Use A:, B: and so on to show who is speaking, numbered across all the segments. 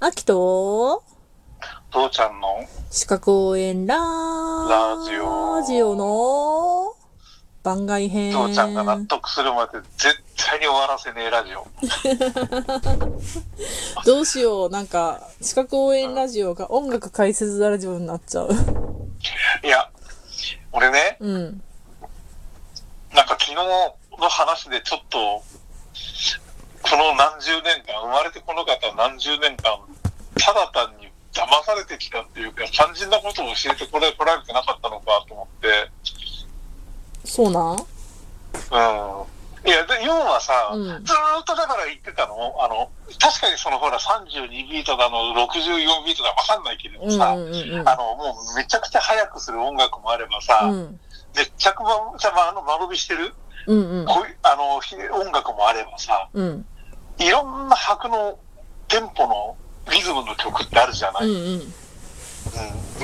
A: あきと、
B: 父ちゃんの
A: 四角応援ラ
B: ラジオ
A: ラジオの番外編。
B: 父ちゃんが納得するまで絶対に終わらせねえラジオ。
A: どうしよう、なんか、四角応援ラジオが音楽解説ラジオになっちゃう。
B: いや、俺ね、
A: うん。
B: なんか昨日の話でちょっと、この何十年間、生まれてこの方何十年間、ただ単に騙されてきたっていうか、肝心なことを教えてこれ、来られてなかったのかと思って、
A: そうなん
B: うん。いや、で、要はさ、
A: うん
B: ずーっとだから言ってたの、あの、確かにそのほら32ビートだの、64ビートだわかんないけれど
A: うんう
B: さ、
A: んうん
B: あの、もうめちゃくちゃ速くする音楽もあればさ、
A: うん。
B: めっちゃくま、じゃあ、あの、間延びしてる、
A: うんうん
B: こういう、あの、ひ音楽もあればさ、
A: うん。うん
B: いろんな拍のテンポのリズムの曲ってあるじゃな
A: う
B: い、
A: ん
B: う
A: う
B: ん
A: ん。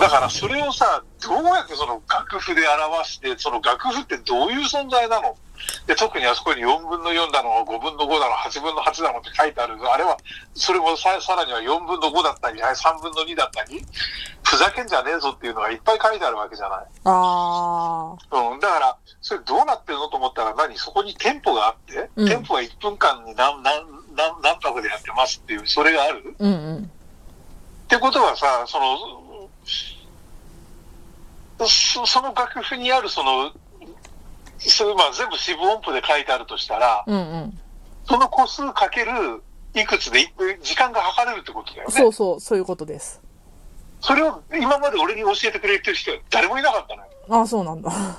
B: だからそれをさ、どうやってその楽譜で表して、その楽譜ってどういう存在なので特にあそこに4分の4だの、5分の5だの、8分の8だのって書いてある。あれは、それもささらには4分の5だったり、3分の2だったり、ふざけんじゃねえぞっていうのがいっぱい書いてあるわけじゃない
A: あ
B: うん、だから、それどうなってるのと思ったら、何そこに店舗があって、
A: うん
B: 店舗が1分間に何、何、何、何泊でやってますっていう、それがある
A: ー。うんうん。
B: ってことはさ、その、そその楽譜にあるその、それまあ全部四分音符で書いてあるとしたら、
A: うんうん。
B: その個数かけるいくつでい時間が測れるってことだよね。
A: そうそう、そういうことです。
B: それを今まで俺に教えてくれてる人は誰もいなかったのよ。
A: ああ、そうなんだ。
B: うん。例え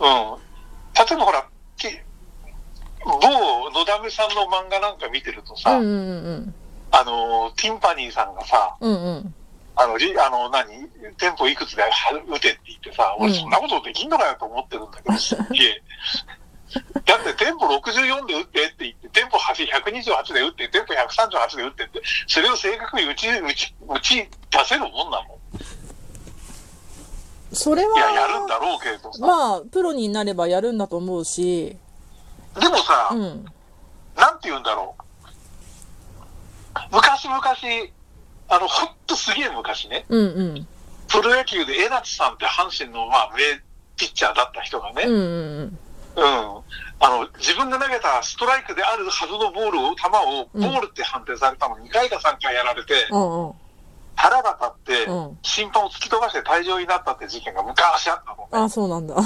B: ばほら、き某のだめさんの漫画なんか見てると
A: うん
B: さ、
A: うんうん
B: あの、ティンパニーさんがさ、
A: うん。うんうん。
B: あの、りあの何、テンポいくつで打てって言ってさ、
A: う
B: 俺
A: ん
B: そんなことできんのかよと思ってるんだけど、すっ げえ。だってテンポ64で打ってって言って、テンポ8 128で打って、テンポ138で打ってって、それを正確に打ち、打ち、打ち出せるもんなの
A: それは、
B: いや、やるんだろうけれどさ。
A: まあ、プロになればやるんだと思うし、
B: でもさ、
A: うん。
B: なんて言うんだろう。昔々、あの、ほんとすげえ昔ね、
A: うんうん。
B: プロ野球で江夏さんって阪神の、まあ、名ピッチャーだった人がね、
A: う
B: うんん、
A: うん
B: あの、自分が投げたストライクであるはずのボールを、球を、
A: うん
B: ボールって判定されたの2回か3回やられて、
A: うん。うんうん。
B: 腹が立って
A: うん、
B: 審判を突き飛ばして退場になったって事件が昔あったのね。
A: あ、そうなんだ。
B: うん。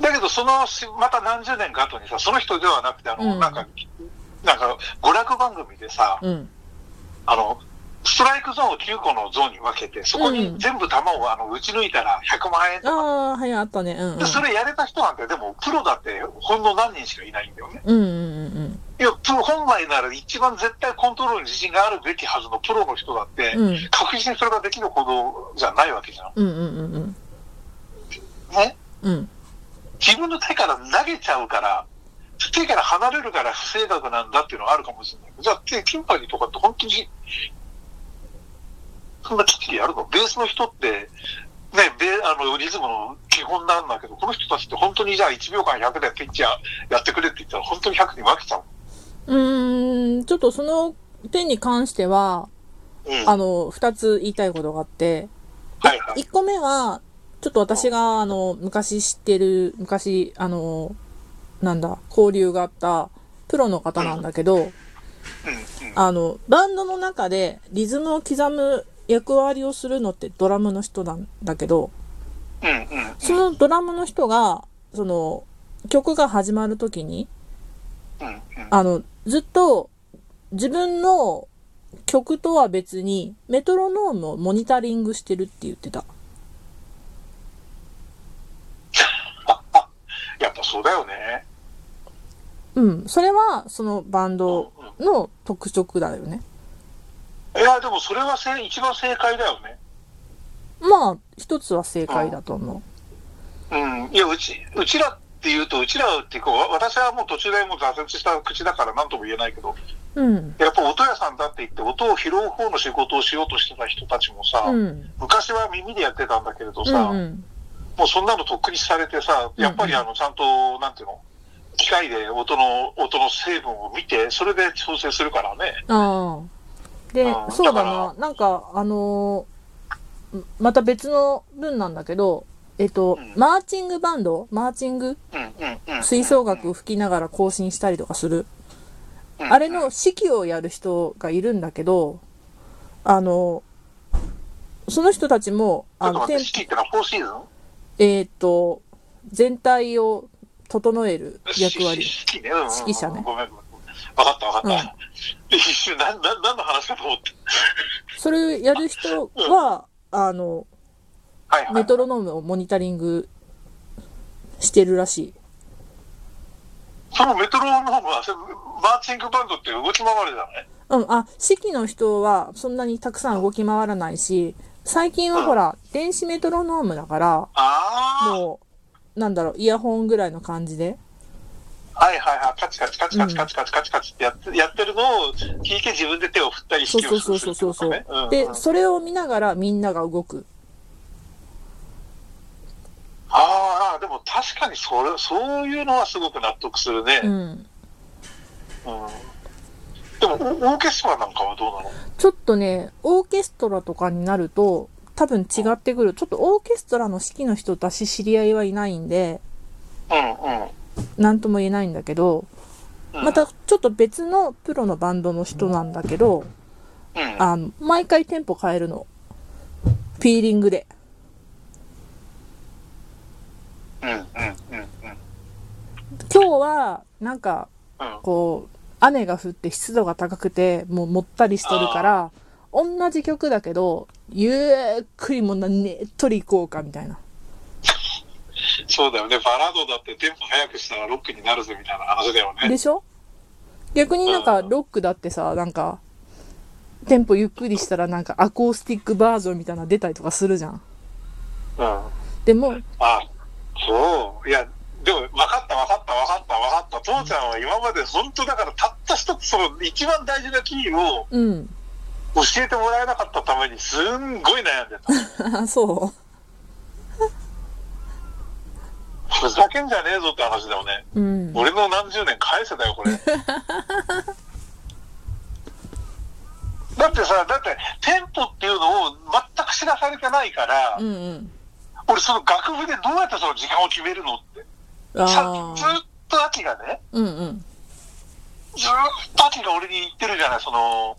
B: だけど、そのし、また何十年か後にさ、その人ではなくて、あの、
A: うん
B: なんか、なんか、娯楽番組でさ、
A: うん。
B: あの、ストライクゾーンを9個のゾーンに分けて、そこ
A: う
B: に
A: ん
B: 全部球をあの打ち抜いたら100万円と
A: あ
B: か。
A: あ、はい、あったね。うんうん。
B: で、それやれた人なんて、でも、プロだって、ほんの何人しかいないんだよね。
A: うんうんうん
B: いや、プロ、本来なら一番絶対コントロールに自信があるべきはずのプロの人だって、
A: うん。うん。
B: 確実にそれができるほどじゃないわけじゃん。
A: うんうんうんうん。
B: ね。
A: うん。
B: 自分の手から投げちゃうから、手から離れるから不正確なんだっていうのはあるかもしれない。じゃあ手、キンパニーとかって本当に、そんなきっちりやるのベースの人って、ね、ベあの、リズムの基本なんだけど、この人たちって本当にじゃあ1秒間100でピッチャーやってくれって言ったら本当に100に分けちゃう。
A: うーん、ちょっとその点に関しては、
B: うん。は
A: あの、二つ言いたいことがあって、
B: いはい。
A: 一個目は、ちょっと私が、あの、昔知ってる、昔、あの、なんだ、交流があった、プロの方なんだけど、
B: うん、うん。
A: あの、バンドの中でリズムを刻む役割をするのってドラムの人なんだけど、
B: うん、うん。
A: そのドラムの人が、その、曲が始まるときに、
B: うん、うん。
A: あの、ずっと自分の曲とは別にメトロノームをモニタリングしてるって言ってた。
B: やっぱそうだよね。
A: うん。それは、そのバン
B: うん、
A: ドの特色だよね。
B: うん。いや、でもそれはせ一番正解だよね。
A: まあ、一つは正解だと思
B: うん、いや、うち、うちらっていうと、うちらっていうか、わ私はもう途中でもう挫折した口だから何とも言えないけど、
A: う。うん。
B: やっぱ音屋さんだって言って、音を拾う方の仕事をしようとしてた人たちもさ、
A: うん。うん
B: 昔は耳でやってたんだけれど
A: う
B: さ、
A: ん。
B: もうそんなのとっくにされてさ、やっぱりあの、ちゃんと、なんていうの、機械で音の、音の成分を見て、それで調整するからね。
A: ああ。で
B: あ、ー
A: そうだ
B: だ
A: な
B: か、
A: なんか、あのーんまた別の文なんだけど、えっと、
B: うん
A: マーチングバンドマーチング
B: うんうんうん。
A: 吹奏楽吹きながら更新したりとかする。
B: うん
A: あれの指揮をやる人がいるんだけど、あの、その人たちも、
B: ちょ
A: あ
B: っと
A: の、
B: 待
A: テ
B: っ
A: ン
B: て、四季ってのはフォーシーズン
A: えーっと、全体を整える役割。
B: し指揮ね。うんうんうん
A: 指揮者ね
B: ごめんごめん。わかったわかっ
A: うん
B: た。 一瞬、なん、なん、何の話かと思って。
A: それやる人は、あの、
B: はいはい。
A: メトロノームをモニタリングしてるらしい。
B: そのメトロノームは、それマーチングバンドって動き回るじゃない
A: うん、あ、指揮の人はそんなにたくさん動き回らないし、最近はほら、電子メトロノームだから、
B: あ
A: もう、なんだろう、イヤホンぐらいの感じで。
B: あ、はいはいはい。カチカチカチカチカチカチカチカチってやってやってるのを聞いて自分で手を振ったり
A: そ
B: 引
A: う
B: き
A: そ
B: を
A: う
B: す
A: そ
B: る
A: うそうそうそ
B: ってことね
A: う。
B: ん
A: で
B: ん、
A: それを見ながらみんなが動く。
B: ああ、でも確かにそれ、そういうのはすごく納得するね。
A: う
B: うん
A: ん。
B: でも、オオーケストラなんかはどうなの
A: ちょっとね、オーケストラとかになると、多分違ってくる。ちょっとオーケストラの指揮の人だし知り合いはいないんで、
B: うんうん。
A: なんとも言えないんだけど、
B: うん
A: またちょっと別のプロのバンドの人なんだけど、
B: うん。
A: あの、毎回テンポ変えるの。フィーリングで。
B: うんうんうんうん。
A: 今日は、なんか、
B: うん
A: こう、雨が降って湿度が高くて、もうもったりしてるから、同じ曲だけど、ゆっくりもうなねっとりいこうか、みたいな。
B: そうだよね。バラードだってテンポ早くしたらロックになるぜみたいな話だよね。
A: でしょ逆になんか、
B: うん
A: ロックだってさ、なんか、テンポゆっくりしたらなんかアコースティックバージョンみたいなの出たりとかするじゃん。
B: うん。あ
A: でも、
B: そう。いや、でも、分かった分かった分かった分かった。父ちゃんは今まで本当だからたった一つその一番大事なキーを
A: うん。
B: 教えてもらえなかったためにすんごい悩んでた。
A: あ、そ
B: ふざけんじゃねえぞって話だよね。
A: う。うん。
B: 俺の何十年返せだよ、これ。だってさ、だって、テンポっていうのを全く知らされてないから、
A: うんうん。
B: 俺その楽譜でどうやってその時間を決めるのって。さ
A: あ
B: ず
A: あ。
B: っと秋がね、
A: うんうん。
B: ずっと秋が俺に言ってるじゃない、その、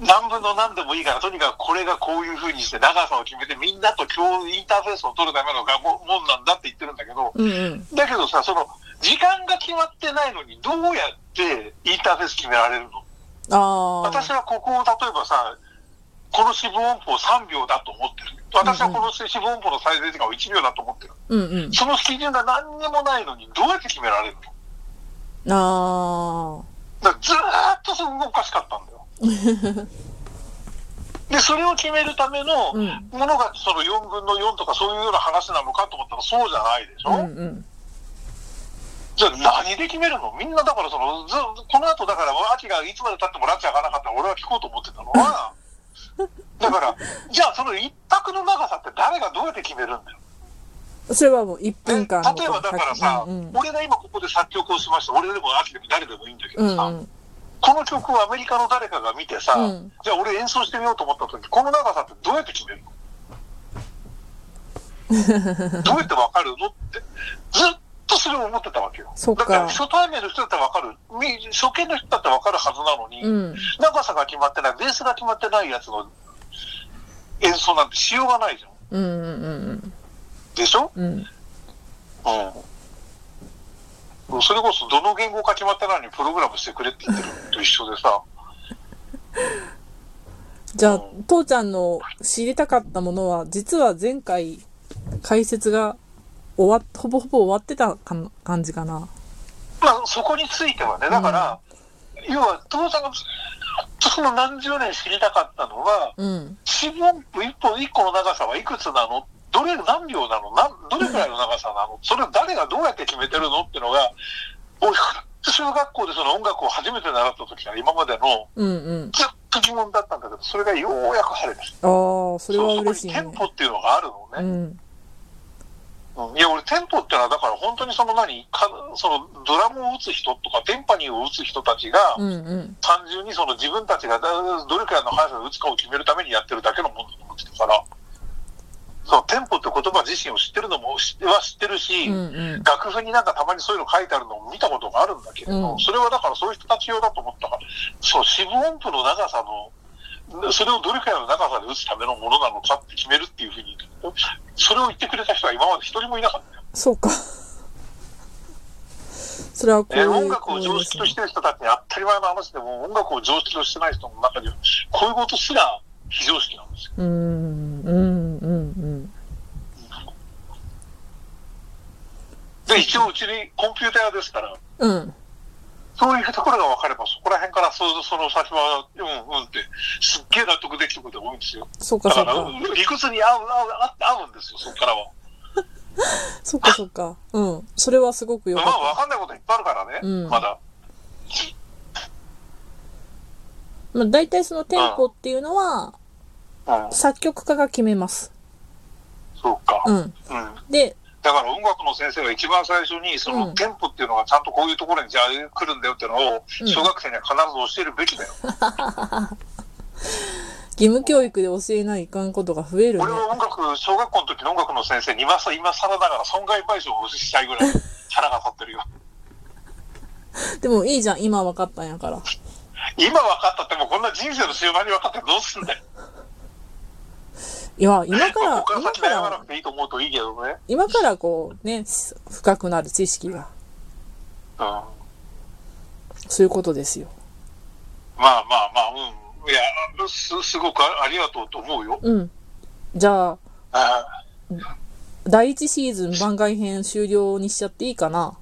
B: 何分の何でもいいから、とにかくこれがこういう風にして長さを決めてみんなと今日インターフェースを取るためのがももんなんだって言ってるんだけど、
A: うんうん。
B: だけどさ、その、時間が決まってないのにどうやってインターフェース決められるの
A: ああ。
B: 私はここを例えばさ、この四分音符を3秒だと思ってる。私はこの四分音符の最善時間を1秒だと思ってる。
A: うんうん。
B: その基準が何にもないのにどうやって決められるの
A: あ
B: だからずーっとそこがおかしかったんだよ。で、それを決めるための
A: うん
B: ものがその4分の4とかそういうような話なのかと思ったらそうじゃないでし
A: あ。う
B: ょ、
A: んうん。
B: じゃあ何で決めるのみんなだからその、ずこの後だから、秋がいつまで経っても拉致上がらなかったら俺は聞こうと思って たのは、だから、じゃあその一泊の長さって誰がどうやって決めるんだよ。
A: それはもう1
B: で
A: 分
B: 例え
A: 間
B: ば
A: の
B: だからさ、
A: うんうん。
B: 俺が今ここで作曲をしました。俺でも秋でも誰でもいいんだけ
A: う
B: どさ、
A: んうん。
B: この曲をアメリカの誰かが見てさ、
A: うん
B: じゃあ俺演奏してみようと思った時、この長さってどうやって決め るのどうやってわかるのって、ずっとそれを思ってたわけよ。
A: そっか
B: だから初対面の人だったらわかる、み初見の人だったらわかるはずなのに、
A: うん。
B: 長さが決まってない、ベースが決まってないやつの演奏なんてしようがないじゃん。
A: うんうんうん
B: でしょ
A: うん。
B: うん。それこそどの言語か決まってないのにプログラムしてくれって言ってるのと一緒でさ、
A: じゃあ、父ちゃんの知りたかったものは、実は前回、解説が終わっ、ほぼほぼ終わってたかん感じかな。
B: まあ、そこについてはね、だから、要は、父さんがずっとその何十年知りたかったのは、
A: うん。
B: 四分音符一本一個の長さはいくつなのどれ、何秒なのなんどれくらいの長さなのそれ誰がどうやって決めてるのってのが、俺、小学校でその音楽を初めて習った時から今までの
A: うんうん。
B: ずっと疑問だったんだけど、それがようやく晴れ
A: あ
B: た。
A: あ、それは
B: そうそこ
A: 嬉
B: に
A: しい
B: テン
A: ね。
B: ポっていうのがあるの
A: う
B: ね。
A: ん。
B: ううんいや、俺、テンポってのは、だから本当にその何か、そのドラムを打つ人とか、テンパニーを打つ人たちが、
A: うんうん。
B: 単純にその自分たちがだどれくらいの速さで打つかを決めるためにやってるだけのものだと思ってたから、そのテンポって言葉自身を知ってるのも知は知ってるし、
A: うんうん。
B: 楽譜になんかたまにそういうの書いてあるのを見たことがあるんだけれど、
A: うん
B: それはだからそういう人たち用だと思ったから、そう、四分音符の長さの、それをどれくらいの長さで打つためのものなのかって決めるっていうふうに、それを言ってくれた人は今まで一人もいなかった。
A: そうか。それはこうい
B: え
A: う。
B: 音楽を常識としてる人たちに当たり前の話でも、音楽を常識としてない人の中には、こういうことすら非常識なんですよ。
A: うんうんうんうん。
B: で、一応うちにコンピューターですから、
A: うん。
B: そういうところが分かれば、そこら辺からそその先は、うんうんって、すっげえ納得できることが多いんですよ。
A: そうか
B: だ
A: そ
B: か
A: う
B: ら、
A: か。
B: 理屈に合う、合う、合う合うんですよ、そこからは。
A: そうかそうか。うん。それはすごくよ
B: ま
A: かっ
B: あ、分かんないこといっぱいあるからね、
A: うん
B: まだ。
A: た。まあ大体そのテンポっていうのは
B: うん、
A: 作曲家が決めます。
B: そうか。
A: う
B: うん。
A: ん。で、
B: だから音楽の先生が一番最初に、そ
A: うん
B: のテンポっていうのがちゃんとこういうところにじゃあ来るんだよっていうのを、
A: うん
B: 小学生には必ず教えるべきだよ。
A: 義務教育で教えないかんことが増えるね
B: 俺。は音楽、小学校の時の音楽の先生に今さ、今更ながら損害賠償をしたいぐらい腹が立ってるよ。
A: でもいいじゃん。今分かったんやから。
B: 今分かったってもうこんな人生の終盤に分かってどうすん だよ。
A: いや、今か
B: まあ
A: ら
B: ここ、から
A: 今
B: 先
A: か
B: 悩まな
A: ら
B: く、ていいと思うといいけどね。
A: 今からこうね、し深くなる知識が。
B: うん。ま
A: そういうことですよ。
B: あまあまあ、うん。いや、す、すごくあありがとうと思うよ。
A: うん。じゃあ、
B: あ
A: 第一シーズン番外編終了にしちゃっていいかな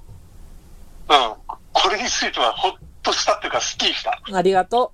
B: うん。これについてはほっとしたっていうか、スッキリした。
A: ありがとう。